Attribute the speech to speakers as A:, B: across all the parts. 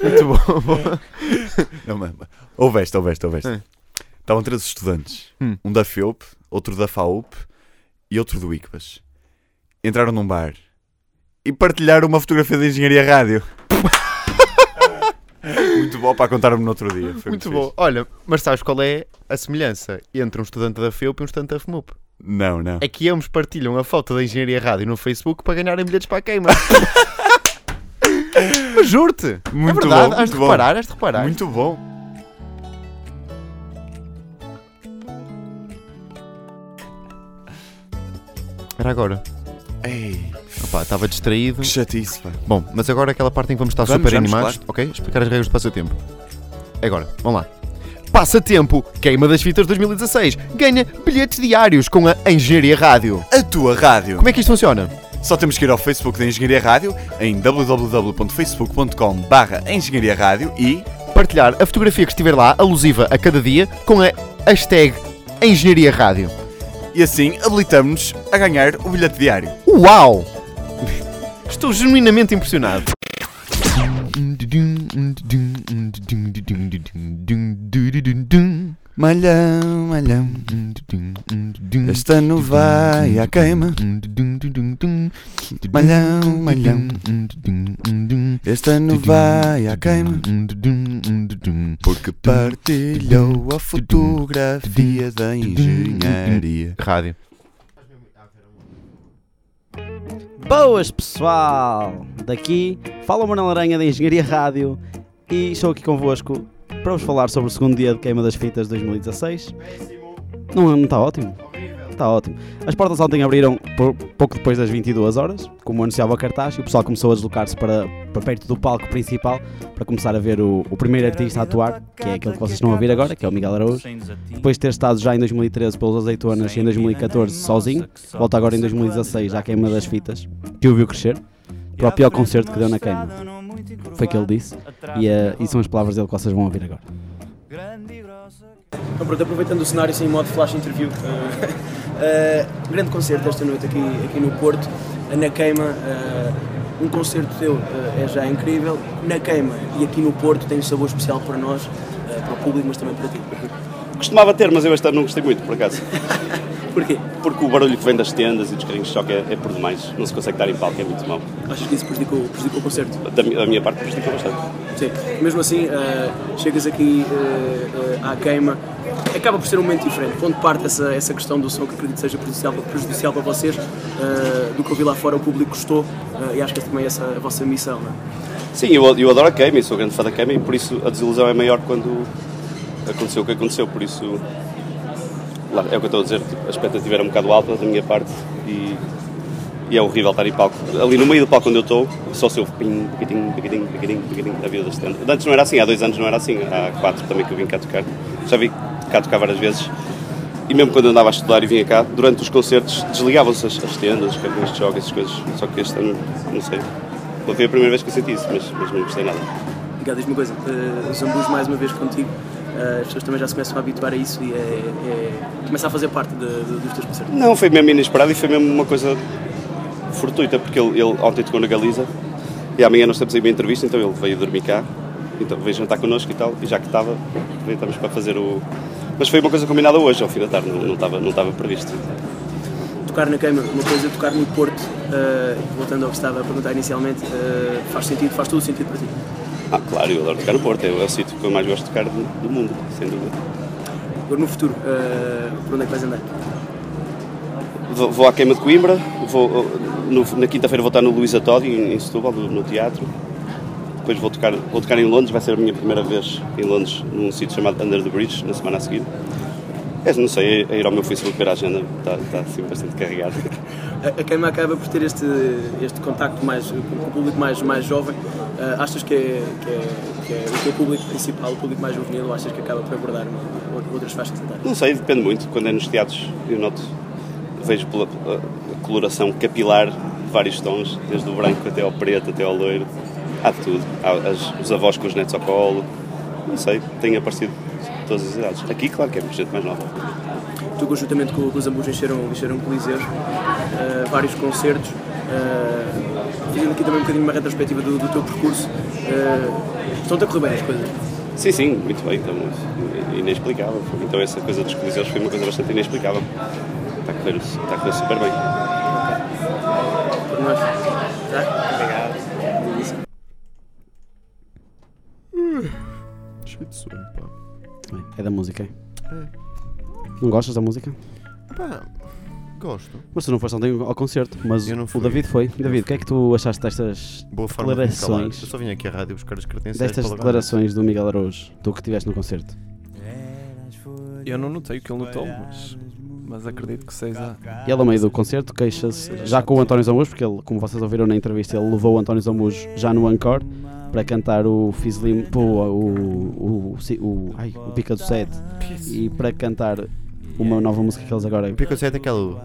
A: Muito bom. bom. Não, mas, mas- houve esta, houve esta, houve esta. Estavam três estudantes.
B: Hum.
A: Um da FEUP, outro da FAUP e outro do ICBAS. Entraram num bar e partilharam uma fotografia da Engenharia Rádio. Muito bom para contar-me no outro dia. Foi muito,
B: Muito bom.
A: fixe.
B: Olha, mas sabes qual é a semelhança entre um estudante da FEUP e um estudante da FMUP?
A: Não, não.
B: É que ambos partilham a foto da Engenharia Rádio no Facebook para ganharem bilhetes para a queima. mas juro-te!
A: Muito
B: é
A: bom,
B: verdade, Has de
A: muito bom.
B: reparar, has de reparar.
A: Muito bom.
B: Era agora.
A: Ei,
B: Opa, estava distraído.
A: que chatice, pá.
B: Bom, mas agora aquela parte em que vamos estar
A: Vamos,
B: super
A: vamos,
B: animados, ok? Explicar as regras do passatempo. Agora, vamos lá. Passatempo, queima das fitas 2016, ganha bilhetes diários com a Engenharia Rádio.
A: A tua rádio.
B: Como é que isto funciona?
A: Só temos que ir ao Facebook da Engenharia Rádio em www.facebook.com barra Engenharia Rádio e...
B: Partilhar a fotografia que estiver lá, alusiva a cada dia, com a hashtag Engenharia Rádio.
A: E assim habilitamos-nos a ganhar o bilhete diário.
B: Uau! Estou genuinamente impressionado.
A: Malhão, malhão, esta nuvem a queima. Malhão, malhão, esta nuvem a queima. Porque partilhou a fotografia da engenharia.
B: Rádio.
C: Boas pessoal! Daqui fala o Manuel Aranha da Engenharia Rádio e estou aqui convosco para vos falar sobre o segundo dia de queima das fitas de 2016. Não, não está ótimo? Está ótimo. As portas ontem abriram por- pouco depois das 22 horas, como anunciava o cartaz, e o pessoal começou a deslocar-se para, para perto do palco principal para começar a ver o, o primeiro artista a atuar, que é aquele que vocês estão a ouvir agora, que é o Miguel Araújo. Depois de ter estado já em 2013 pelos Azeitonas e em 2014 sozinho, volta agora em 2016 à Queima é das Fitas, que o viu crescer, para o pior concerto que deu na Queima. Foi o que ele disse, e, eh, e são as palavras dele que vocês vão ouvir agora.
D: Então, pronto, aproveitando o cenário sem modo flash interview, eh, eh, grande concerto esta noite aqui, aqui no Porto, eh, na Queima. eh, um concerto teu eh, é já incrível. Na Queima e aqui no Porto tem um sabor especial para nós, eh, para o público, mas também para ti.
E: Costumava ter, mas eu este ano não gostei muito, por acaso.
D: Porquê?
E: Porque o barulho que vem das tendas e dos carrinhos de choque é, é por demais. Não se consegue dar em palco, é muito mau.
D: Achas que isso prejudicou, prejudicou o concerto?
E: Da, mi- da minha parte, prejudicou bastante.
D: Sim. Mesmo assim, eh, chegas aqui eh, eh, à Queima. Acaba por ser um momento diferente. Ponto de parte essa, essa questão do som que acredito seja prejudicial, prejudicial para vocês, eh, do que eu vi lá fora o público gostou eh, e acho que essa também é essa a vossa missão, não é?
E: Sim, eu, eu adoro a queima, eu sou grande fã da queima e por isso a desilusão é maior quando aconteceu o que aconteceu. Por isso, lá, é o que eu estou a dizer, tipo, a expectativa era um bocado alta da minha parte e, e é horrível estar em palco. Ali no meio do palco onde eu estou, só se ouve pim, piquitim, piquitim, piquitim, piquitim, a vida das tendas. Antes não era assim, há dois anos não era assim, há quatro também que eu vim cá tocar. Já vim cá tocar várias vezes. E mesmo quando andava a estudar e vinha cá, durante os concertos desligavam-se as, as tendas, os carrinhos de jogo, essas coisas. Só que este ano, não sei. Não foi a primeira vez que eu senti isso, mas, mas não gostei nada.
D: Obrigado, diz-me uma coisa, eh, os ambos mais uma vez contigo, eh, as pessoas também já se começam a habituar a isso e é, é- começa a fazer parte de- de- dos teus concertos.
E: Não, foi mesmo inesperado e foi mesmo uma coisa fortuita, porque ele, ele ontem tocou na Galiza e amanhã nós temos aí uma entrevista, então ele veio dormir cá, então veio jantar connosco e tal, e já que estava, aproveitamos para fazer o. Mas foi uma coisa combinada hoje, ao fim da tarde, não não estava, não estava previsto.
D: Tocar na queima, uma coisa é tocar no Porto, eh, voltando ao que estava a perguntar inicialmente, eh, faz sentido, faz todo o sentido para ti.
E: Ah, claro, eu adoro tocar no Porto, é, o- é o sítio que eu mais gosto de tocar do, do mundo, sem dúvida.
D: Agora no futuro, eh, por onde é que vais andar?
E: Vou, vou à queima de Coimbra, vou, uh, no- na quinta-feira vou estar no Luísa Todi, em, em Setúbal, no, no teatro. Depois vou tocar, vou tocar em Londres, vai ser a minha primeira vez em Londres, num sítio chamado Under the Bridge, na semana a seguir. É, não sei, é, é ir ao meu Facebook ver a agenda, está, está assim bastante carregado.
D: A, a queima acaba por ter este, este contacto mais, com o público mais, mais jovem, Eh, achas que é, que, é, que é o teu público principal, o público mais juvenil, ou achas que acaba por abordar uma- outras faixas etárias?
E: Não sei, depende muito. Quando é nos teatros, eu noto, vejo pela pela coloração capilar de vários tons, desde o branco até ao preto, até ao loiro. Há de tudo. Há as- os avós com os netos ao colo. Não sei, tem aparecido de todas as idades. Aqui, claro que é gente mais nova.
D: Tu, conjuntamente com, com os Ambus, encheram, encheram coliseus, eh, ah, vários concertos. Uh, fazendo aqui também um bocadinho uma retrospectiva do, do teu percurso, uh, estão-te a correr bem as coisas.
E: Sim, sim, muito bem, então, é inexplicável. Então essa coisa dos coliseus foi uma coisa bastante inexplicável. Está a correr, está a correr super bem.
D: Por nós. Tá? Obrigado.
B: Cheio de sono, pá.
C: É da música. hein? Não gostas da música?
B: É. Pá, gosto.
C: Mas tu não foste ontem ao concerto, mas
B: Eu não
C: o
B: fui.
C: David foi. David, o que é que tu achaste destas,
B: Boa forma de me calar. Eu
C: Declarações.
B: só vim aqui à rádio buscar as credenciais. para
C: destas
B: levar.
C: declarações do Miguel Araújo, tu que estiveste no concerto?
F: Eu não notei o que ele notou, mas, mas acredito que seja.
C: Ele, ao meio do concerto, queixa-se já com o António Zambujo, porque ele, como vocês ouviram na entrevista, ele levou o António Zambujo já no Encore para cantar o Fiz Limpo, o, o, o, o, ai, o Pica do Sete e para cantar uma nova música que eles agora.
B: O Pico 7 é aquela.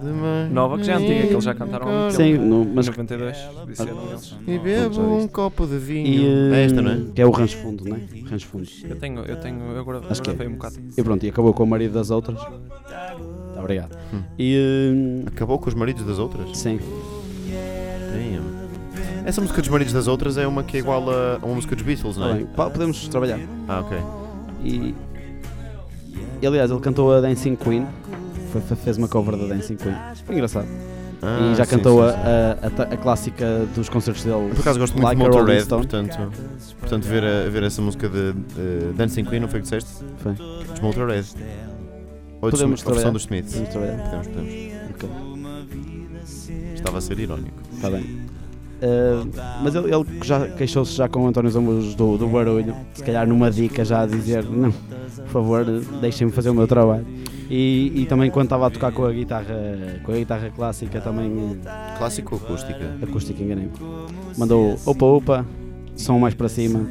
F: Nova, que já é antiga, que eles já cantaram há muito
C: Sim,
F: tempo.
C: no- mas.
B: Um
F: 92, disseram eles.
B: E bebo um copo de
C: E,
B: vinho. É esta, não é?
C: eh, Que é o Rancho Fundo, não é? Rancho Fundo.
F: Eu tenho, eu tenho, eu gra-
C: Acho que é.
F: gravei um bocado.
C: E pronto, e acabou com o marido das outras. Obrigado.
B: Hum.
C: E. eh,
B: Acabou com os maridos das outras?
C: Sim.
B: Damn. Essa música dos maridos das outras é uma que é igual a a uma música dos Beatles, não
C: Tá
B: é?
C: bem. Pa- Podemos trabalhar.
B: Ah, ok.
C: E, e, aliás, ele cantou a Dancing Queen. Fe- fe- Fez uma cover da Dancing Queen. Foi engraçado.
B: Ah,
C: e já
B: sim,
C: cantou
B: sim,
C: a-
B: sim.
C: A, a ta- a clássica dos concertos dele.
B: Eu, Por acaso gosto muito
C: Like
B: de
C: a Rolling
B: Motorhead,
C: Stone.
B: portanto, portanto ver, a- ver essa música de, de Dancing Queen, não foi o que disseste?
C: Foi.
B: Dos Motorhead. Ou dos-
C: Podemos
B: a versão
C: trabalhar.
B: dos Smiths.
C: Vamos trabalhar.
B: Podemos, podemos.
C: Ok,
B: Estava a ser irónico.
C: está Tá bem. Ah, mas ele, ele que já queixou-se já com o António Zambos do, do barulho. Se calhar numa dica já a dizer: não, por favor, deixem-me fazer o meu trabalho. E, e também quando estava a tocar com a guitarra, com a guitarra clássica, também. eh,
B: Clássico ou acústica?
C: acústica enganei mandou opa opa som mais para cima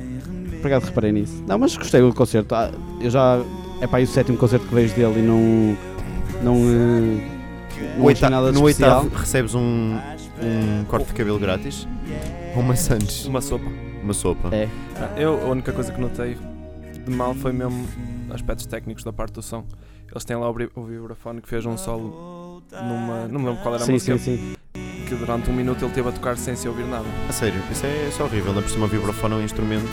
C: por acaso reparei nisso não mas gostei do concerto Ah, eu já é para aí o sétimo concerto que vejo dele e não não eh, não achei
B: Oita-
C: nada de
B: no
C: especial
B: oitavo recebes um, um corte de cabelo grátis. Ou maçãs.
F: Uma sopa.
B: Uma sopa.
C: é
F: Ah, Eu, a única coisa que notei de mal foi mesmo aspectos técnicos da parte do som. Eles têm lá o, bri- o vibrafone que fez um solo numa. Não me lembro qual era a
C: sim
F: música,
C: sim sim
F: que durante um minuto ele teve a tocar sem se ouvir nada.
B: A sério, isso é, isso é horrível. Ainda por cima, o vibrafone é um instrumento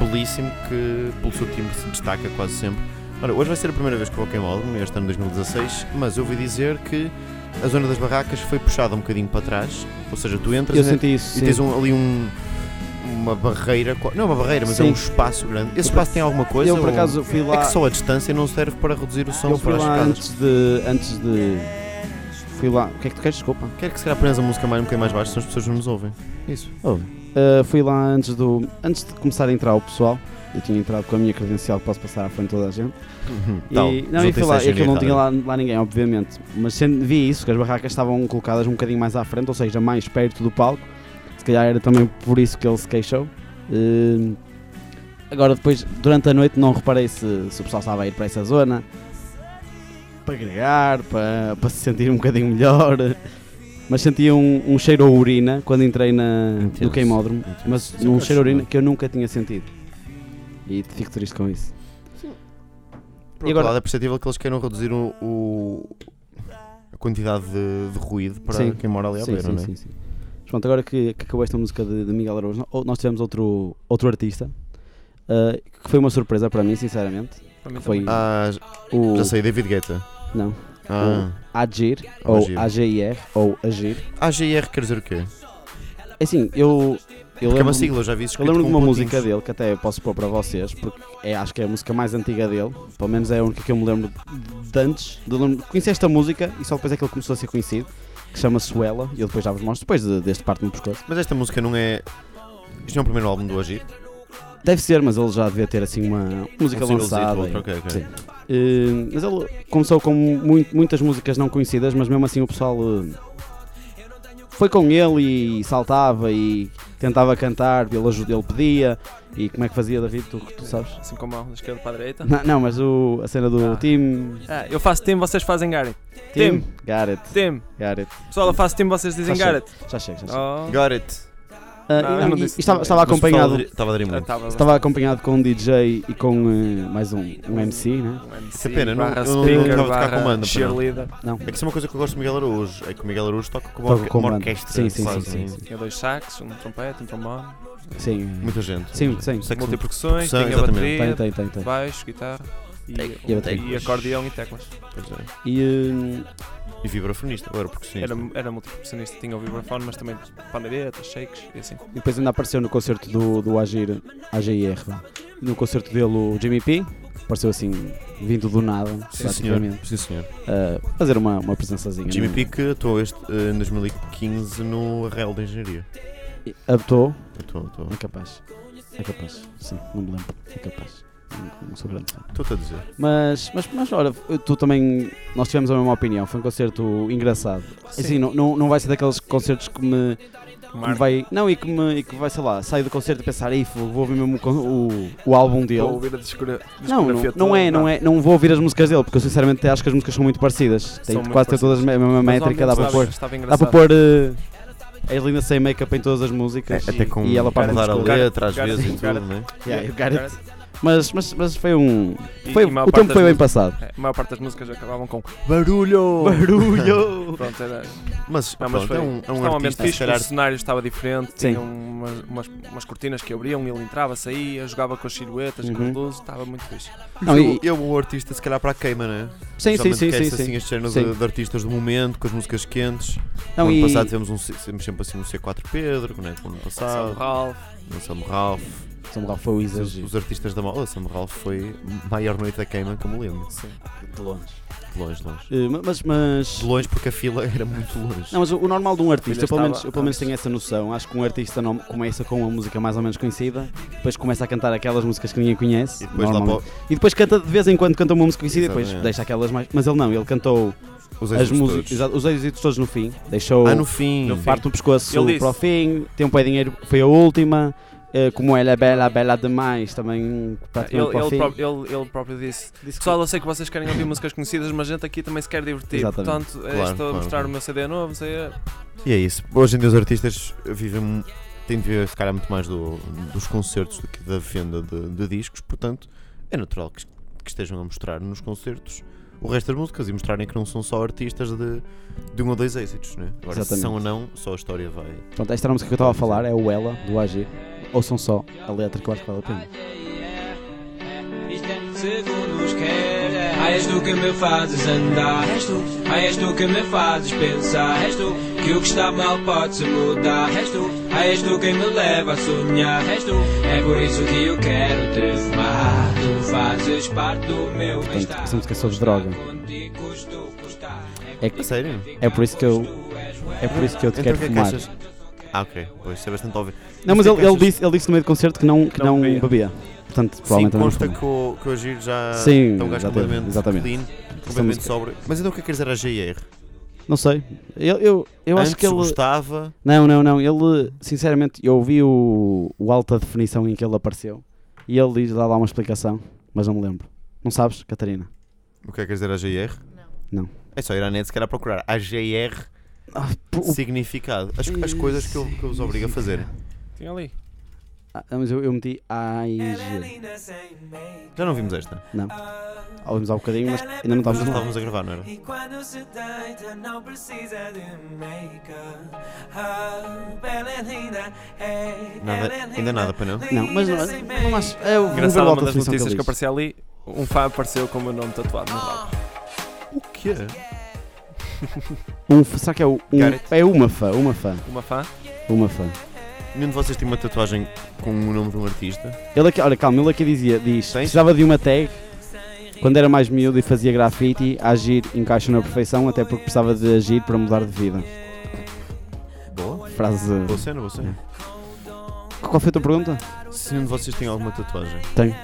B: belíssimo que, pelo seu timbre, se destaca quase sempre. Ora, hoje vai ser a primeira vez que eu coloquei um álbum, este ano 2016, mas eu ouvi dizer que a zona das barracas foi puxada um bocadinho para trás. Ou seja, tu entras
C: eu
B: e-
C: senti isso
B: e
C: sim.
B: tens um- ali um, uma barreira, qua- não é uma barreira, mas é
C: Sim.
B: um espaço grande. Esse
C: Eu
B: espaço tem alguma coisa?
C: eu por
B: ou-
C: acaso fui
B: É
C: lá
B: que só a distância não serve para reduzir o som
C: eu
B: para
C: fui
B: as
C: lá
B: casas.
C: antes de antes de fui lá o que é que tu queres desculpa
B: Quero que se calhar apenas a música mais um bocadinho mais baixa, senão as pessoas não nos ouvem.
C: Isso. Eh, fui lá antes do. Antes de começar a entrar o pessoal. Eu tinha entrado com a minha credencial que posso passar à frente de toda a gente. E,
B: Tal,
C: não, e
B: junta-se
C: fui lá,
B: à
C: e aquilo
B: xerrada.
C: não tinha lá, lá ninguém, obviamente. Mas sendo, vi isso, que as barracas estavam colocadas um bocadinho mais à frente, ou seja, mais perto do palco. Se calhar era também por isso que ele se queixou. Eh, agora, depois, durante a noite, não reparei se, se o pessoal estava a ir para essa zona para agregar, para, para se sentir um bocadinho melhor. Mas senti um, um cheiro a urina quando entrei na, no
B: Intenso.
C: queimódromo.
B: Intenso.
C: Mas
B: Isso é que
C: num
B: eu
C: cheiro a
B: acho,
C: urina
B: não
C: que eu nunca tinha sentido. E fico triste com isso.
B: Por
C: E
B: outro
C: agora-
B: lado, é perceptível que eles queiram reduzir o, o- a quantidade de, de ruído para
C: Sim.
B: quem mora ali à
C: sim,
B: beira,
C: sim,
B: não é?
C: sim, sim. Mas Pronto, agora que, que acabou esta música de, de Miguel Araújo, no- nós tivemos outro, outro artista ah, que foi uma surpresa para mim, sinceramente.
F: Para mim
C: Foi-
F: também.
B: Ah, j-
C: O,
B: já sei, David Guetta.
C: Não,
B: Ah,
C: Agir,
B: O
C: ou
B: Agir.
C: AGIR, ou Agir.
B: AGR quer dizer o quê?
C: É Assim, eu. Eu
B: Porque é uma
C: lembro,
B: sigla, eu já vi isso
C: eu
B: escrito
C: lembro de
B: com um
C: uma
B: pontinhos.
C: música dele que até posso pôr para vocês, porque é, acho que é a música mais antiga dele, pelo menos é a única que eu me lembro de antes. De, lembro- conheci esta música e só depois é que ele começou a ser conhecido, que chama Suela, e eu depois já vos mostro, depois de- deste parte no pescoço.
B: Mas esta música não é. Isto não é o primeiro álbum do Agir?
C: Deve ser, mas ele já devia ter assim uma música
B: Um singlezito,
C: lançada.
B: outro, ok, ok.
C: Sim. Eh, mas ele começou com mu- muitas músicas não conhecidas, mas mesmo assim o pessoal eh, foi com ele e saltava e tentava cantar, ele ajuda, ele pedia. E como é que fazia, David? Tu, tu sabes?
F: Assim com a mão da esquerda para a direita.
C: Não, não, mas o- a cena do
F: Ah.
C: Tim.
F: Ah, eu faço time, vocês fazem Garrett.
C: Tim. Garrett.
F: Time.
C: Garrett.
F: Pessoal, eu faço time, vocês dizem
C: Faz
F: Garrett.
C: Já chega, já chega.
F: Oh.
B: Got it.
C: Ah,
F: Não,
C: e-
F: eu não
C: e-
F: disse
C: e estava,
F: nada.
B: Mas
C: estava
B: o pessoal
C: acompanhado.
B: aderi- Estava a aderir
F: Ah,
B: muito.
F: tava-
C: Estava acompanhado com um DJ e com eh, mais um, um MC, né?
F: um
B: Que
F: MC,
B: é pena, não-
F: barra
B: eu não
F: speaker,
B: estava a tocar
F: barra
B: com banda, pá, não.
F: cheerleader.
C: Não.
B: É que isso é uma coisa que eu gosto do Miguel Araújo. É que o Miguel Araújo toca com uma,
C: Toca
B: orque-
C: com
B: uma
C: banda.
B: orquestra.
C: Sim, sim,
B: sabe?
C: sim, sim,
F: Tinha dois sax, um trompete, um trombone,
C: Sim. é.
B: Muita gente.
C: Sim, sim.
B: Sei que são-
F: multipercussões,
B: percussão,
F: tinha
B: exatamente.
F: bateria,
C: Tem, tem, tem, tem.
F: baixo, guitarra
C: E
F: e, um,
C: a bateria.
F: e acordeão e teclas.
B: pois é.
C: E, eh,
B: E vibrafonista, agora percussionista.
F: Era, era multipercussionista, tinha o vibrafone, mas também pandeireta, shakes e assim.
C: e depois ainda apareceu no concerto do, do Agir, AGIR. vá. No concerto dele, o Jimmy P. Apareceu assim, vindo do nada,
B: Sim, senhor.
C: praticamente.
B: Sim, senhor.
C: eh, fazer uma, uma presençazinha.
B: Jimmy
C: né?
B: Peak atuou este, eh, em 2015 no Arraial da Engenharia.
C: E Adaptou.
B: Atuou, atuou.
C: É capaz. É capaz. Sim, não me lembro. É capaz. Não, não sou grande fã.
B: Estou-te a dizer.
C: Mas, mas, mas olha, tu também. Nós tivemos a mesma opinião. Foi um concerto engraçado. Assim, não, não, não vai ser daqueles concertos que me, que me
F: Marco,
C: vai. Não, e que, me, e que vai, sei lá, saio do concerto a pensar, "Ei, fogo, vou ouvir mesmo o, con- o, o álbum dele.
F: vou ouvir a discura-
C: Não, não,
F: discografia
C: não
F: toda,
C: é, não é, não vou ouvir as músicas dele, porque eu sinceramente acho que as músicas são muito parecidas. Tem
F: São muito
C: quase ter todas a mesma
F: Mas ao
C: métrica,
F: menos
C: dá para
F: estava-
C: pôr.
F: Estava
C: Dá
F: engraçado.
C: para pôr eh, a Elina sem make-up em todas as músicas.
F: É,
B: até com
C: E ela para
B: mudar a
F: buscar-
B: letra às
F: buscar-
B: vezes e
F: buscar-
B: tudo, né?
C: Yeah, you got it. Mas, mas, mas foi um.
F: E-
C: Foi,
F: e a maior
C: o
F: parte
C: tempo
F: das
C: foi bem
F: músicas-
C: passado.
F: é, A maior parte das músicas acabavam com
B: Barulho!
C: Barulho!
F: Pronto, era,
B: Mas,
F: não, mas
B: pronto,
F: foi,
B: é um, é um
F: estava um
B: artista,
F: ambiente
B: se
F: fixe,
B: calhar,
F: o cenário estava diferente,
C: Sim.
F: tinha umas, umas, umas cortinas que abriam e ele entrava, saía, jogava com as silhuetas, com
C: Uhum.
F: as luzes, estava muito fixe.
C: Não, e-
B: eu, eu o artista se calhar para a queima, né?
C: sim, sim,
B: Geralmente
C: sim, sim.
B: quer-se,
C: sim.
B: assim este género
C: Sim.
B: de, de artistas do momento, com as músicas quentes.
C: Não,
B: no ano
C: e,
B: passado tivemos, um, C- tivemos sempre assim um C4 Pedro, né? Como no ano
F: São
B: passado,
F: Ralph,
B: o Sam Ralph.
C: São Paulo foi um
B: Os,
C: exagero.
B: os artistas da moda. O Sam Ralph foi a maior noite da queima, como lembro. Sim.
C: De longe.
B: De longe, de longe.
C: Eh, ma- Mas. mas...
B: De longe porque a fila era muito longe.
C: Não, mas o o normal de um artista,
F: Filha,
C: eu pelo, menos,
F: estava-
C: eu pelo menos tenho essa noção. Acho que um artista não começa com uma música mais ou menos conhecida, depois começa a cantar aquelas músicas que ninguém conhece.
B: E depois lá
C: normalmente.
B: para
C: E depois canta de vez em quando canta uma música conhecida e depois
B: Exatamente.
C: deixa aquelas mais. Mas ele não, ele cantou
B: os
C: as
B: êxitos
C: músicas,
B: todos.
C: exato, os êxitos todos no fim. Deixou
B: Ah, no fim.
F: No fim.
C: Hum. parte do pescoço
F: Ele disse.
C: para o fim, Tempo é Dinheiro foi a última, eh, como ela é bela, bela demais também
F: ele,
C: praticamente para o
F: ele,
C: fim.
F: pró- ele- ele próprio disse:
C: Disse que-
F: Pessoal, eu sei que vocês querem ouvir músicas conhecidas, mas a gente aqui também se quer divertir.
C: Exatamente.
F: Portanto, eh,
B: Claro,
F: estou
B: claro,
F: a mostrar
B: claro.
F: o meu CD novo, não sei. eh,
B: E é isso. Hoje em dia os artistas vivem, têm de viver, se calhar, muito mais do- dos concertos do que da venda de, de discos, portanto, é natural que, que estejam a mostrar nos concertos o resto das músicas e mostrarem que não são só artistas de, de um ou dois êxitos, né? Agora, se
C: Exatamente.
B: são ou não, só a história vai.
C: Pronto, esta era a música que eu estava a falar, é o Ela, do AG. Ouçam só a letra que eu acho que vale a pena.
G: Segundos quer Ai, és tu que me fazes andar és tu. Ai, és tu que me fazes pensar és tu. Que o que está mal pode-se mudar és tu. Ai, és tu quem me leva a sonhar és tu. É por isso que eu quero te amar Tu fazes parte do meu bem-estar
C: essa música é sobre droga.
G: Contigo custo custar.
C: É, que-
B: Sério?
C: é por isso que eu. É por isso que eu te
B: Então
C: quero
B: o que é que
C: fumar.
B: achas? Ah, ok. Pois, isso é bastante óbvio.
C: Não, mas
B: o que é que
C: ele, ele,
B: achas?
C: disse, ele disse no meio do concerto que não, que
F: Não
C: não,
F: bebia.
C: bebia. Portanto,
B: Sim,
C: provavelmente também não
B: consta
C: fuma.
B: que o, que o Agir já
C: Sim,
B: está um gajo
C: exatamente,
B: completamente
C: exatamente.
B: clean,
C: música.
B: completamente sóbrio. Mas então o que é que quer dizer a GR?
C: Não sei. Eu, eu, eu acho
B: Antes
C: que ele.
B: gostava.
C: Não, não, não. Ele, sinceramente, eu ouvi o, o alta definição em que ele apareceu e ele diz, dá lá uma explicação, mas não me lembro. Não sabes, Catarina?
B: O que é que quer dizer a GR?
C: Não.
B: É só ir à net se calhar procurar AGR
C: Ah, pô, o-
B: significado. As, as coisas que eu, que eu os obrigo a fazer.
F: Tinha ali.
C: ah, mas eu, eu meti AIG.
B: Já não vimos esta.
C: Não. Ouvimos há um bocadinho, mas ainda não
B: Nós já
C: estávamos
B: estávamos
C: lá.
B: a gravar, não era?
G: E quando se deita não precisa de make-up Ah, ela é linda, é,
B: Nada-
G: ela é
B: ainda
G: linda,
B: nada, pois não?
G: linda
C: Não, mas não,
G: sem
C: não acho. É o
F: Engraçado,
C: Google
F: uma
C: alta
F: das
C: definição que
F: notícias que,
C: ele diz.
F: aparecia ali, um fã apareceu com o meu nome tatuado
G: Oh.
F: no rabo.
B: O quê?
C: Um, f- será que é o. Um,
B: Got it.
C: é uma fã, uma fã,
F: Uma fã?
C: uma fã.
B: Nenhum de vocês tem uma tatuagem com o nome de um artista?
C: Ele aqui, olha, calma, ele aqui dizia, diz,
B: Tens?
C: precisava de uma tag quando era mais miúdo e fazia grafite, agir encaixa na perfeição, até porque precisava de agir para mudar de vida.
B: Boa.
C: Frase.
B: Boa cena, boa cena.
C: Qual foi a tua pergunta?
B: Se nenhum de vocês tem alguma tatuagem.
C: Tenho.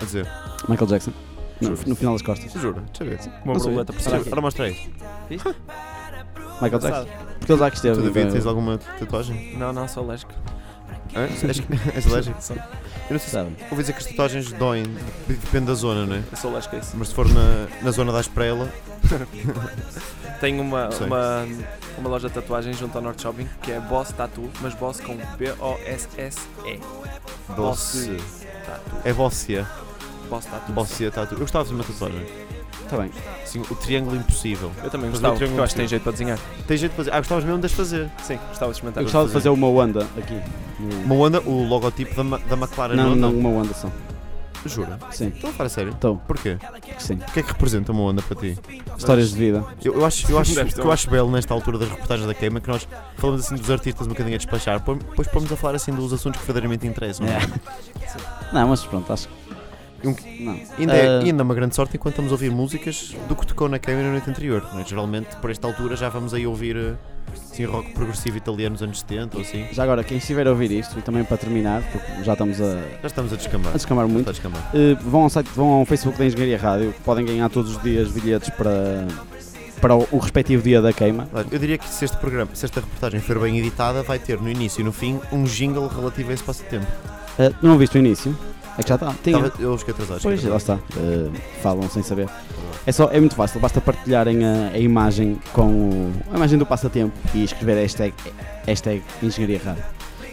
B: A dizer,
C: Michael Jackson. No,
B: Juro.
C: no final das costas.
B: jura, deixa eu ver.
F: Uma
C: Não sei.
F: borboleta por
C: Será
F: cima.
C: que-
B: Ora, mostra aí.
C: Michael Jackson. Porque ele já que esteve.
B: Tu, David,
C: eh,
B: tens alguma tatuagem?
F: Não, não, sou alérgico.
B: Hã? És és alérgico? Eu não sei se...
C: sabe?
B: Ouvi dizer que as tatuagens doem, de- depende da zona, não é?
F: Eu sou alérgico a isso.
B: Mas se for na, na zona da esprela,
F: Tem uma,
B: Sei.
F: uma, uma loja de tatuagens junto ao Norte Shopping que é Boss Tattoo, mas Boss com B-O-S-S-E.
B: Você.
F: Tattoo.
B: É você. É
F: Boss Tattoo.
B: Você, tá tudo. Eu gostava de fazer uma tatuagem.
C: Está Tá bem.
B: Sim, o triângulo impossível.
F: Eu também
B: Mas é
F: gostava,
B: eu tenho
F: porque eu acho que tem jeito para desenhar.
B: Tem jeito de fazer. Ah, gostavas mesmo de as fazer.
F: Sim, gostava de experimentar.
C: Eu gostava de fazer uma Wanda aqui.
B: Uma onda, o logotipo da, Ma- da McLaren
C: Não,
B: onda.
C: não, Então. uma Wanda só.
B: Jura?
C: Sim,
B: Estou a falar a sério.
C: estou,
B: Porquê?
C: porque sim.
B: O que é que representa uma onda para ti?
C: Histórias de vida.
B: Eu, eu acho, eu acho,
F: Deve
B: o que eu
F: ter.
B: acho belo nesta altura das reportagens da queima que nós falamos assim dos artistas um bocadinho a despachar, pô- depois pomos a falar assim dos assuntos que verdadeiramente interessam. não é?
C: Não, mas pronto, acho que.
B: Um-
C: Não.
B: Ainda, é,
C: Ah,
B: ainda é uma grande sorte enquanto estamos a ouvir músicas do que tocou na queima na noite anterior. não é? Geralmente, por esta altura, já vamos aí ouvir eh, assim, rock progressivo italiano dos anos 70 ou assim.
C: Já agora, quem estiver a ouvir isto, e também para terminar, porque já estamos a,
B: Já estamos a descambar.
C: a descamar
B: Está
C: muito,
B: a descambar.
C: eh, vão, ao site, vão ao Facebook da Engenharia Rádio, que podem ganhar todos os dias bilhetes para, para o, o respectivo dia da queima.
B: Olha, Eu diria que se este programa, se esta reportagem for bem editada, vai ter no início e no fim um jingle relativo a esse passatempo.
C: Eh, não ouviste o início? É que já está. Tinha.
B: Estava, eu é fiquei atrasado.
C: Pois,
B: fiquei
C: lá
B: atrasado.
C: está. Eh, falam sem saber. É, só, é muito fácil, basta partilharem a, a imagem com o- a imagem do passatempo e escrever hashtag, hashtag Engenharia Rádio.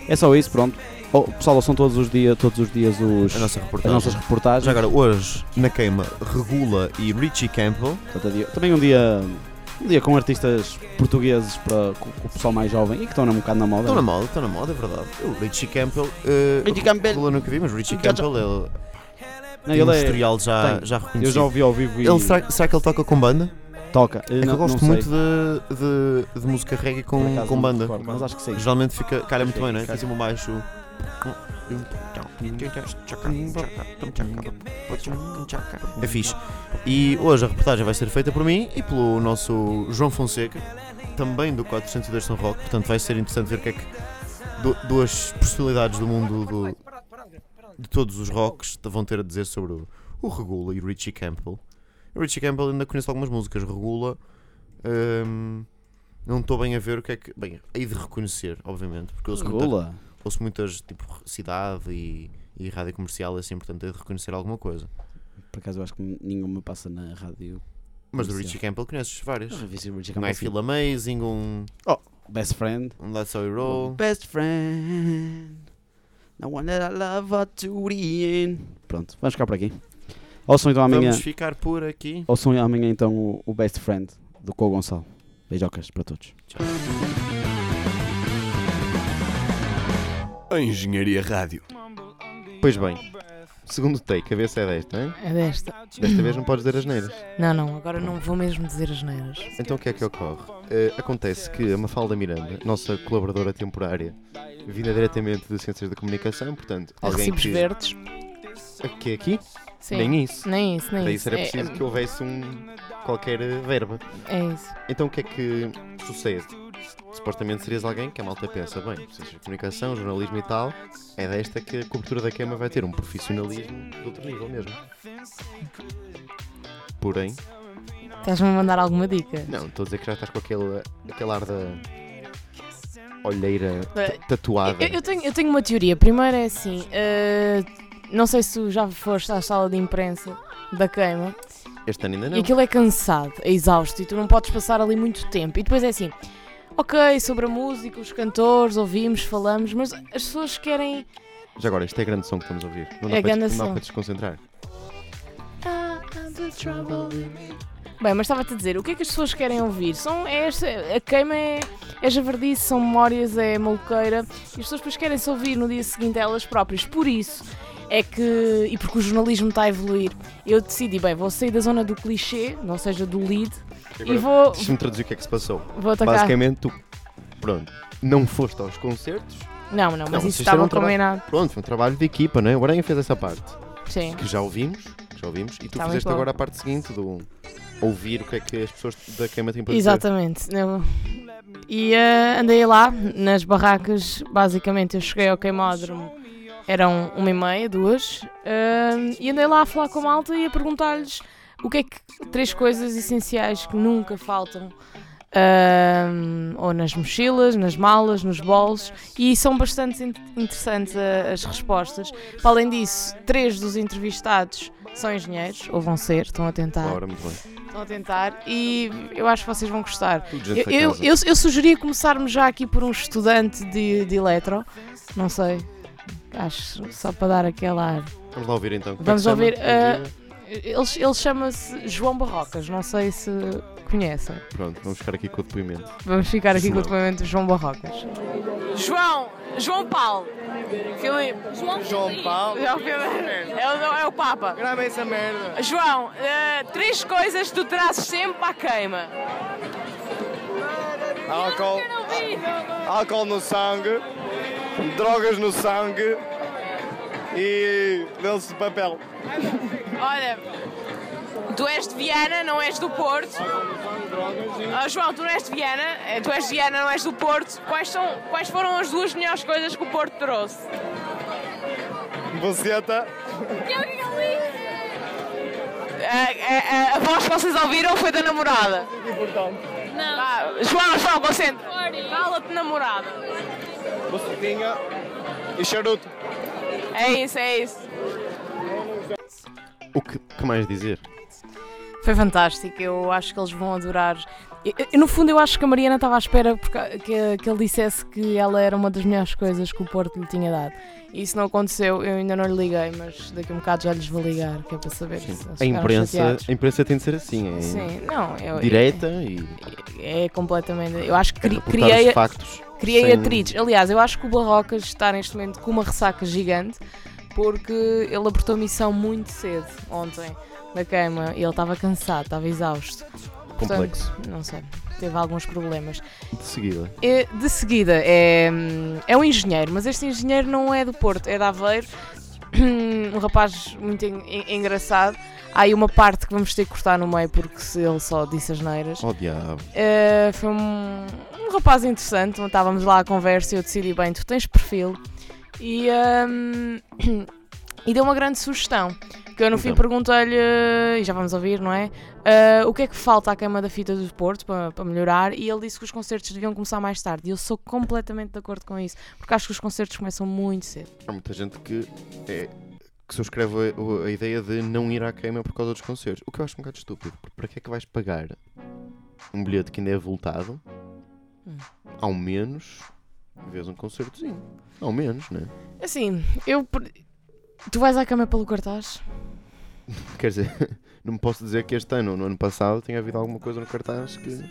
C: É só isso, pronto. Oh, pessoal, são todos os dias, todos os dias os,
B: A nossa
C: as
B: reportagem.
C: nossas reportagens.
B: Já agora, hoje, na queima, Regula e Richie Campbell.
C: Portanto, é dia- também um dia, um dia com artistas portugueses para com, com o pessoal mais jovem e que estão na- um bocado na moda.
B: Estão na moda, estão na moda, é verdade. O Richie Campbell. eh,
C: Richie Campbell.
B: Regula nunca vi, mas Richie
C: Já- já-
B: Campbell ele,
C: Não,
B: tem um
C: ele é-
B: historial já,
C: tem.
B: já
C: eu
B: reconhecido.
C: já ouvi ao vivo e
B: Ele, será, será que ele toca com banda?
C: toca.
B: É que
C: não,
B: eu gosto
C: não
B: muito
C: sei,
B: de, de, de música reggae
C: por
B: com,
C: acaso
B: com
C: não me
B: banda.
C: recordo, mas acho que sim.
B: Geralmente fica, calha muito
C: Sim,
B: bem, não é? Tem
C: calha.
B: assim um baixo. É fixe. E hoje a reportagem vai ser feita por mim e pelo nosso João Fonseca, também do 402 São Roque, portanto vai ser interessante ver o que é que du- duas personalidades do mundo do- de todos os rocks vão ter a dizer sobre o, o Regula e o Richie Campbell. O Richie Campbell ainda conheço algumas músicas, Regula. hum, não estou bem a ver o que é que. Bem, hei de reconhecer, obviamente, porque eu ouço muita
C: Regula.
B: ouço muitas, tipo, cidade e, e rádio comercial, assim, portanto, é de reconhecer alguma coisa.
C: Por acaso eu acho que nenhuma passa na rádio.
B: Mas do
C: Comercial.
B: Richie Campbell conheces várias.
C: Eu vi se o Richie
B: Um
C: Campbell
B: I Feel Amazing, um,
C: Best Friend.
B: um That's How We Roll.
C: Best Friend. No one that I love up to the end. Pronto, vamos ficar por aqui. Ouçam então amanhã.
B: Vamos ficar por aqui.
C: Ouçam amanhã então o, o Best Friend do Cô Gonçalo. Beijocas para todos.
A: A Engenharia Rádio.
B: Pois bem, segundo take, cabeça é desta, não é?
H: É desta.
B: Desta vez não podes dizer as neiras.
H: Não, não, agora não vou mesmo dizer as neiras.
B: Então o que é que ocorre? Eh, acontece que a Mafalda Miranda, nossa colaboradora temporária, vinda diretamente de Ciências da Comunicação, portanto, alguém
H: Recibos
B: que,
H: verdes.
B: que é aqui,
H: Sim.
B: nem isso.
H: Nem isso, nem
B: Para
H: isso.
B: isso era
H: É-
B: preciso que houvesse um qualquer verba.
H: É, isso.
B: Então o que é que sucede? Supostamente serias alguém que a malta pensa, bem, seja comunicação, jornalismo e tal, é desta que a cobertura da queima vai ter um profissionalismo de outro nível mesmo. Porém,
H: Estás-me a mandar alguma dica?
B: não, estou a dizer que já estás com aquele, aquele ar da olheira ta- tatuada.
H: Eu, eu tenho, eu tenho uma teoria. Primeiro é assim: eh, não sei se tu já foste à sala de imprensa da queima
B: Este ano ainda
H: e
B: não.
H: aquilo é cansado, é exausto e tu não podes passar ali muito tempo. E depois é assim: ok, sobre a música, os cantores, ouvimos, falamos, mas as pessoas querem.
B: Já agora, isto é grande som que estamos a ouvir. Não
H: É
B: dá, para,
H: grande
B: não dá
H: som.
B: para desconcentrar.
H: Ah, I'm the trouble. Bem, mas estava-te a dizer, o que é que as pessoas querem ouvir? São, é esta, a queima é, é javardice, são memórias, é maluqueira. E as pessoas depois querem-se ouvir no dia seguinte a elas próprias. Por isso é que, e porque o jornalismo está a evoluir, eu decidi, bem, vou sair da zona do clichê, não seja do lead, e
B: Agora,
H: vou,
B: Deixa-me traduzir o que é que se passou.
H: vou atacar.
B: Basicamente, tu, pronto, não foste aos concertos,
H: Não, não, mas
B: vocês
H: isso estava
B: terão trabalho.
H: combinado.
B: Pronto, foi um trabalho de equipa, não é? O Aranha fez essa parte,
H: Sim.
B: que já ouvimos, que já ouvimos, e tu
H: Tá muito
B: fizeste
H: bom.
B: agora a parte seguinte do ouvir o que é que as pessoas da queima têm para dizer.
H: Exatamente. Eu- E eh, andei lá nas barracas, basicamente eu cheguei ao queimódromo, eram uma e meia, duas, eh, e andei lá a falar com a malta e a perguntar-lhes o que é que três coisas essenciais que nunca faltam eh, ou nas mochilas, nas malas, nos bolsos, e são bastante in- interessantes eh, as respostas. Para além disso, três dos entrevistados são engenheiros, ou vão ser, estão a tentar
B: Ora, muito bem.
H: tá. Estão a tentar e eu acho que vocês vão gostar.
A: Tudo
H: Eu,
A: gente da
H: eu,
A: casa.
H: eu- eu sugeria começarmos já aqui por um estudante de, de eletro. Não sei. Acho só para dar aquele ar.
B: Vamos lá ouvir então. Como
H: Vamos
B: é que se
H: ouvir,
B: chama?
H: ah, Ele, ele chama-se João Barrocas. Não sei se conhecem.
B: Pronto, vamos ficar aqui com o depoimento.
H: Vamos ficar aqui com o
B: João.
H: depoimento de João Barrocas. João! João Paulo! Filipe!
I: João Paulo.
H: É o, é o Papa.
I: Grava essa merda.
H: João, eh, três coisas que tu trazes sempre para a queima.
I: Álcool, álcool no sangue, drogas no sangue e lenço de papel.
H: Olha, tu és de Viana, não és do Porto. Ah, João, tu não és de Viana, eh, tu és de Viana, não és do Porto. Quais, são, quais foram as duas melhores coisas que o Porto trouxe?
I: Buceta.
H: Eh, A, a, a voz que vocês ouviram foi da namorada. Não. João, João, concentra. Cala-te, namorada.
I: Bucetinha e charuto.
H: É isso, é isso.
B: O que, que mais dizer?
H: Foi fantástico, eu acho que eles vão adorar. Eu- eu- no fundo, eu acho que a Mariana estava à espera porque, que, que ele dissesse que ela era uma das melhores coisas que o Porto lhe tinha dado. E isso não aconteceu, eu ainda não lhe liguei, mas daqui a um bocado já lhes vou ligar, que é para saber se eles
B: A
H: ficaram
B: imprensa,
H: chateados.
B: a imprensa tem de ser assim, é
H: Sim, não, eu,
B: direita e
H: É, é completamente. Eu acho que cri-
B: reportar
H: criei,
B: os factos.
H: Criei
B: sem-
H: atrizes. Aliás, eu acho que o Barrocas está neste momento com uma ressaca gigante porque ele abortou a missão muito cedo ontem da queima e ele estava cansado, estava exausto.
B: Complexo.
H: Portanto, não sei, teve alguns problemas.
B: De seguida.
H: E, de seguida, é, é um engenheiro, mas este engenheiro não é do Porto, é de Aveiro. Um rapaz muito en- en- engraçado. Há aí uma parte que vamos ter que cortar no meio porque se ele só disse as neiras.
B: Oh diabo.
H: Uh, foi um, um rapaz interessante, estávamos lá à conversa e eu decidi, bem, tu tens perfil. E, um, e deu uma grande sugestão, que eu no fim
B: Então.
H: perguntei-lhe, e já vamos ouvir, não é? Uh, o que é que falta à queima da fita do Porto para, para melhorar? E ele disse que os concertos deviam começar mais tarde. E eu sou completamente de acordo com isso, porque acho que os concertos começam muito cedo.
B: Há muita gente que, é, que subscreve a, o- a ideia de não ir à queima por causa dos concertos. O que eu acho um bocado estúpido. porque Para que é que vais pagar um bilhete que ainda é voltado?
H: Hum.
B: Ao menos vês um concertozinho. Ao menos, né?
H: Assim, eu. per- Tu vais à cama pelo cartaz?
B: Quer dizer, não posso dizer que este ano ou no ano passado tenha havido alguma coisa no cartaz que.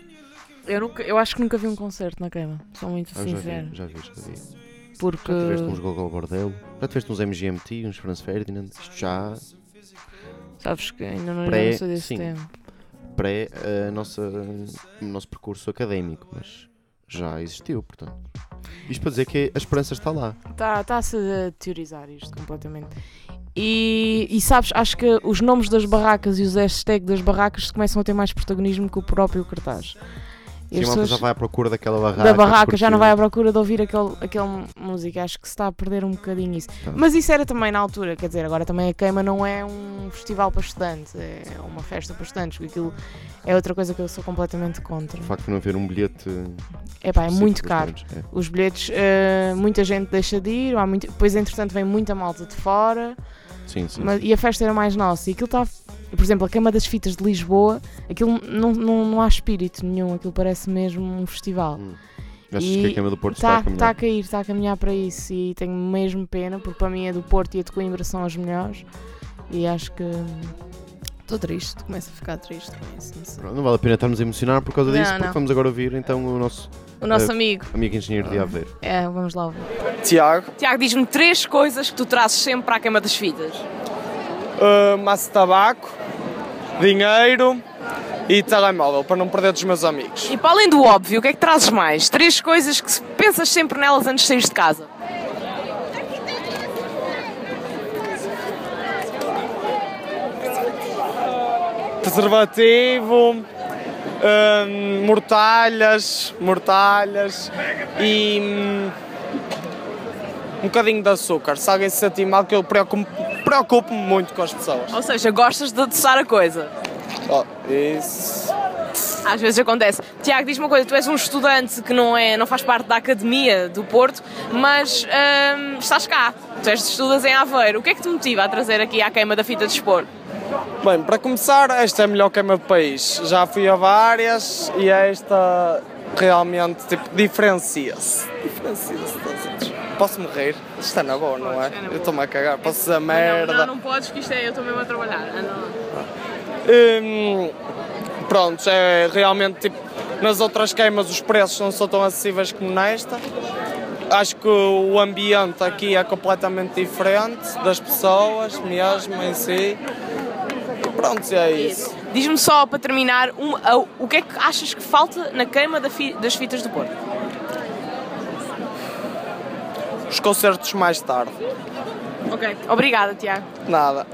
H: Eu, nunca, eu acho que nunca vi um concerto na queima, sou muito
B: Ah, já vi,
H: sincera.
B: já vi, já vi. Já
H: Porque.
B: tiveste um uns Gogol Bordello, já tiveste uns MGMT, uns Franz Ferdinand, isto já
H: Sabes que ainda não
B: Pré-
H: Pré... sou desse
B: sim.
H: tempo.
B: pré eh, a nossa, o nosso percurso académico, mas já existiu, portanto. Isto para dizer que a esperança está lá.
H: Está se a teorizar isto completamente. E, e sabes, acho que os nomes das barracas e os hashtags das barracas começam a ter mais protagonismo que o próprio cartaz. E
B: Sim,
H: as
B: a malta
H: pessoas
B: já vai à procura daquela barraca.
H: da barraca já não vai à
B: porque-
H: procura de ouvir aquele, aquele música. Acho que se está a perder um bocadinho isso.
B: Tá.
H: Mas isso era também na altura, quer dizer, agora também a queima não é um festival para estudantes, é uma festa para estudantes. Aquilo é outra coisa que eu sou completamente contra.
B: O facto de não haver um bilhete.
H: Epá, é
B: específico
H: muito
B: dos
H: caro.
B: grandes, é.
H: os bilhetes, eh, muita gente deixa de ir, há muito, depois entretanto vem muita malta de fora
B: Sim, sim.
H: mas- e a festa era mais nossa. E aquilo estava, por exemplo, a Cama das Fitas de Lisboa, aquilo não, não, não há espírito nenhum, aquilo parece mesmo um festival.
B: Hum. Achas
H: E
B: que a Câmara do Porto
H: Está
B: está, a caminhar?
H: tá a cair, está a caminhar para isso e tenho mesmo pena, porque para mim a do Porto e a de Coimbra são as melhores e acho que estou triste, começo a ficar triste com isso. não sei.
B: Pronto, Não vale a pena estarmos a emocionar por causa
H: Não,
B: disso, porque
H: não.
B: vamos agora ouvir então o nosso
H: O nosso
B: Eh,
H: amigo,
B: amigo engenheiro de Aveiro.
H: é, vamos lá ouvir.
I: Tiago.
H: Tiago, diz-me três coisas que tu trazes sempre para a Cama das Fitas.
I: Uh, maço de tabaco. Dinheiro. E telemóvel, para não perder dos meus amigos.
H: E para além do óbvio, o que é que trazes mais? Três coisas que se- pensas sempre nelas antes de sair de casa.
I: Preservativo, hum, mortalhas, mortalhas e hum, um bocadinho de açúcar. Se alguém se sentir mal, que eu preocupo- preocupo-me muito com as pessoas.
H: Ou seja, gostas de adoçar a coisa.
I: Oh, isso.
H: Às vezes acontece. Tiago, diz-me uma coisa, tu és um estudante que não, é, não faz parte da Academia do Porto, mas eh, hum, estás cá. Tu és, estudas em Aveiro. O que é que te motiva a trazer aqui à queima da fita de expor?
I: Bem, para começar, esta é a melhor queima do país. Já fui a várias e esta realmente tipo, diferencia-se. Diferencia-se das outras. Posso morrer? Está na boa, não
H: Podes,
I: é?
H: é na
I: Eu
H: boa.
I: estou-me a cagar. Posso dizer merda.
H: Não, não, não podes, que isto é, eu estou mesmo a trabalhar. Ah, não.
I: Hum, pronto, é realmente tipo, nas outras queimas os preços não são tão acessíveis como nesta. Acho que o ambiente aqui é completamente diferente das pessoas mesmo em si. E pronto, é isso.
H: Diz-me só para terminar, um- a- o que é que achas que falta na queima da fi- das fitas do Porto?
I: Os concertos mais tarde.
H: Ok. Obrigada, Tiago.
I: Nada.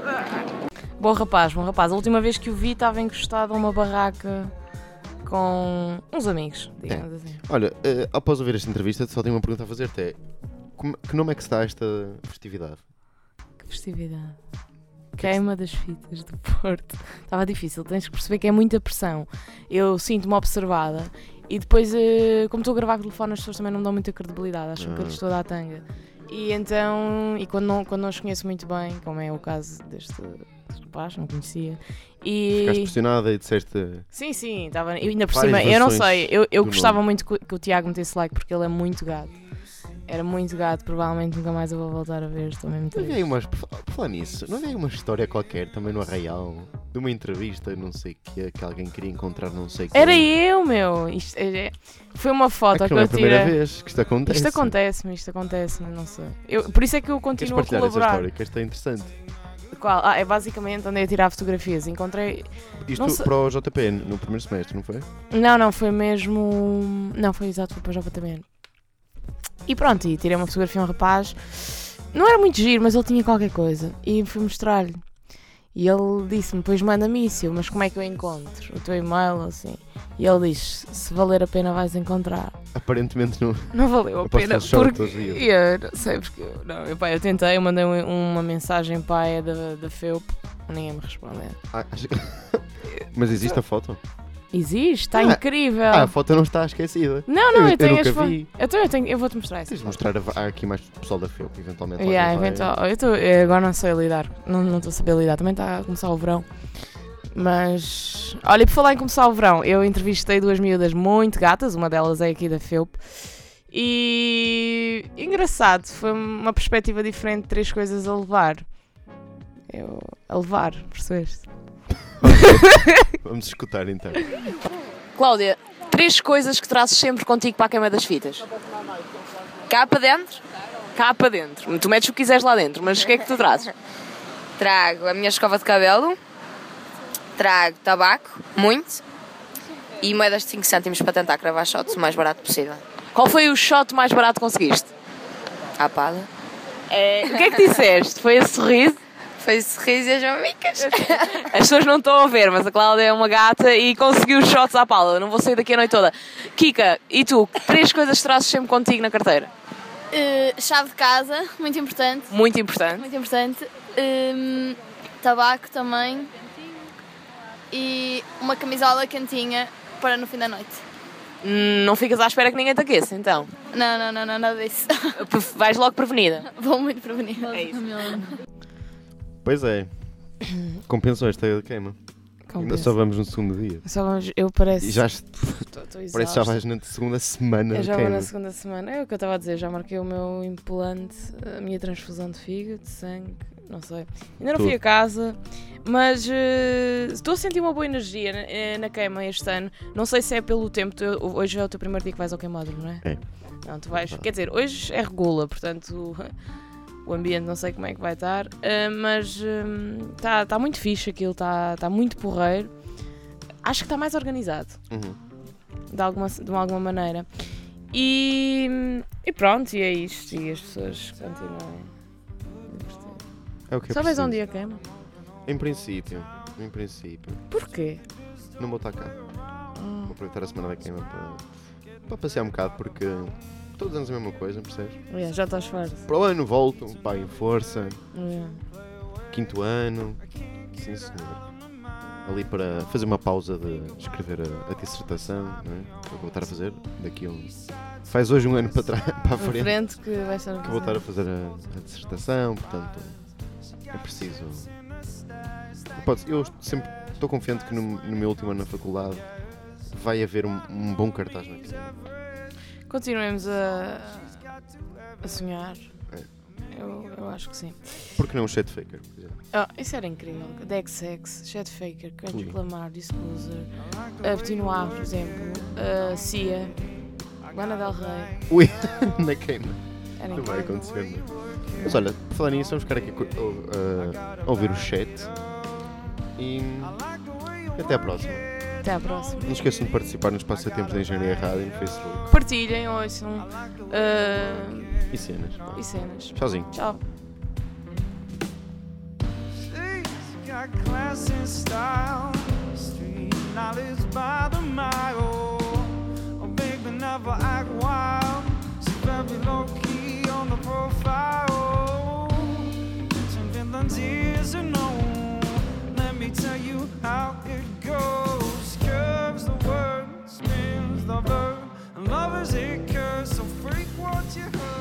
H: Bom rapaz, bom rapaz. A última vez que o vi estava encostado a uma barraca com uns amigos, digamos assim.
B: É. Olha, eh, após ouvir esta entrevista, só tenho uma pergunta a fazer-te: é, como- que nome é que está esta festividade?
H: Que festividade. Queima das fitas do Porto. Estava difícil, tens que perceber que é muita pressão. Eu sinto-me observada e depois, eh, como estou a gravar com o telefone, as pessoas também não me dão muita credibilidade, acham
B: Ah.
H: que eu lhes estou a dar tanga. E então, e quando não, quando não os conheço muito bem, como é o caso deste deste rapaz, não conhecia. E...
B: Ficaste pressionada e disseste.
H: Sim, sim, estava. Eu ainda por
B: Várias
H: cima, eu não
B: versões
H: sei, eu, eu
B: do
H: gostava
B: nome.
H: muito que, o- que o Tiago metesse like porque ele é muito gato. Era muito gato, provavelmente nunca mais eu vou voltar a ver, estou mesmo
B: Não havia
H: triste.
B: aí umas. Por fa- por falar nisso, não havia aí uma história qualquer também no Arraial de uma entrevista, não sei o que, que alguém queria encontrar, não sei o que.
H: Era eu, meu! Isto é- é- foi uma foto
B: É que
H: que,
B: não é a
H: eu
B: primeira
H: tirei.
B: vez que isto acontece.
H: Isto acontece-me, isto acontece-me, não sei. Eu, por isso é que eu
B: Queres
H: continuo a
B: partilhar essa
H: colaborar.
B: história? Que esta é interessante.
H: Qual? Ah, é basicamente andei a tirar fotografias. Encontrei.
B: Isto
H: Não sei-
B: para o JPN no primeiro semestre, não foi?
H: Ah, Não, não, foi mesmo. Não, foi exato, foi para o JPN. E pronto, e tirei uma fotografia a um rapaz. Não era muito giro, mas ele tinha qualquer coisa. E fui mostrar-lhe. E ele disse-me: Pois manda-me isso, Eu, mas como é que eu encontro? O teu e-mail, assim. E ele diz: Se valer a pena, vais encontrar.
B: Aparentemente não.
H: Não valeu a
B: Aposto que
H: pena.
B: eles choram
H: Porque...
B: todos os dias.
H: Eu não sei porque. eu- Não, eu, pá, eu tentei, eu mandei um- uma mensagem para a da, da FEUP, ninguém me respondeu.
B: Ah, acho- Mas existe a foto?
H: Existe, está
B: Ah,
H: incrível!
B: Ah, a foto não está esquecida.
H: não, não,
B: eu-
H: eu,
B: eu
H: tenho
B: nunca
H: as fo-
B: vi.
H: Eu, tenho- Então, eu, tenho, eu vou-te mostrar isso.
B: Tens de mostrar a- há aqui mais pessoal da FEUP, eventualmente.
H: Yeah,
B: alguém vai-
H: eventual. Eu, tô, eu agora não sei lidar, não estou a saber lidar. Também está a começar o verão. Mas, olha, por falar em começar o verão, eu entrevistei duas miúdas muito gatas, uma delas é aqui da FEUP. E engraçado, foi uma perspectiva diferente, três coisas a levar. Eu, a levar, percebeste?
B: Vamos escutar então.
H: Cláudia, três coisas que trazes sempre contigo para a queima das fitas. Cá para dentro? Cá para dentro. Tu metes o que quiseres lá dentro, mas o que é que tu trazes?
J: Trago a minha escova de cabelo, trago tabaco, muito, e moedas de 5 cêntimos para tentar cravar shots o mais barato possível.
H: Qual foi o shot mais barato que conseguiste?
J: À pala.
H: O que é que disseste? Foi a sorriso?
J: Foi sorriso e as mamicas.
H: As pessoas não estão a ver, mas a Cláudia é uma gata e conseguiu os shots à pala. Eu Não vou sair daqui a noite toda. Kika, e tu? Três coisas que trazes sempre contigo na carteira.
K: chave de casa, muito importante,
H: Muito importante.
K: muito importante. Hum, tabaco também. E uma camisola cantinha para no fim da noite.
H: Hum, Não ficas à espera que ninguém te aqueça, então.
K: Não, não, não, não nada disso.
H: P- Vais logo prevenida.
K: Vou muito prevenida.
H: É isso.
B: Pois é. Compensou esta queima. Ainda só vamos no segundo dia.
H: Eu parece.
B: E já est- parece que já vais na segunda semana
H: Eu
B: de
H: já vou
B: queima.
H: na segunda semana. É o que eu estava a dizer, já marquei o meu implante, a minha transfusão de fígado, de sangue, não sei. Ainda não fui
B: Tudo.
H: a casa, mas eh, estou a sentir uma boa energia na, eh, na queima este ano. Não sei se é pelo tempo, tu- hoje é o teu primeiro dia que vais ao queimadro, não é?
B: É.
H: Não, tu vais, quer dizer, hoje é regula, portanto o ambiente não sei como é que vai estar, eh, mas está tá muito fixe aquilo, está tá muito porreiro. Acho que está mais organizado
B: Uhum.
H: de alguma, de alguma maneira. E, e pronto, e é isto. E as pessoas continuam.
B: É o que é
H: Só vês
B: preciso.
H: um dia queima.
B: Em princípio. Em princípio.
H: Porquê? Ah.
B: Não vou estar cá. Vou aproveitar a semana da queima para, para passear um bocado porque todos os anos é a mesma coisa, percebes?
H: Aliás, já estás farto.
B: Para o ano volto, pá, em força.
H: Yeah.
B: Quinto ano. Sim, senhor. Ali para fazer uma pausa de escrever a, a dissertação, não é? Que eu vou estar a fazer daqui a um. Faz hoje um ano para, trás, para a
H: À
B: frente.
H: frente que vai estar a
B: que vou estar
H: fazer.
B: a fazer a, a dissertação, portanto é preciso Pode- eu sempre estou confiante que no, no meu último ano na faculdade vai haver um, um bom cartaz na piscina.
H: Continuemos a, a sonhar. Eu, eu acho que sim.
B: Porque não o Chet Faker, por exemplo.
H: Ah, isso era incrível. Dex Sex, Chet Faker, Kendrick
B: Ui.
H: Lamar, Discloser, uh, Betty Noir, por exemplo, uh, Cia, Lana Del Rey.
B: Ui, na queima.
H: Era
B: Não
H: incrível.
B: vai acontecer, não é? Mas olha, por falar nisso, vamos ficar aqui co- ou- ah, a ouvir o chat. E até à próxima.
H: Até à próxima.
B: Não esqueçam de participar nos passatempos da Engenharia Rádio no Facebook
H: Partilhem, ouçam. Uh,
B: e cenas. pá.
H: e cenas.
B: Tchauzinho.
H: Tchau.
L: got class and style. Street knowledge by the mile. Oh, baby, never act wild. She's very low key on the profile. Some villains years and no. Let me tell you how it goes. Curves the word, spins the verb, and lovers it curves. So freak what you heard.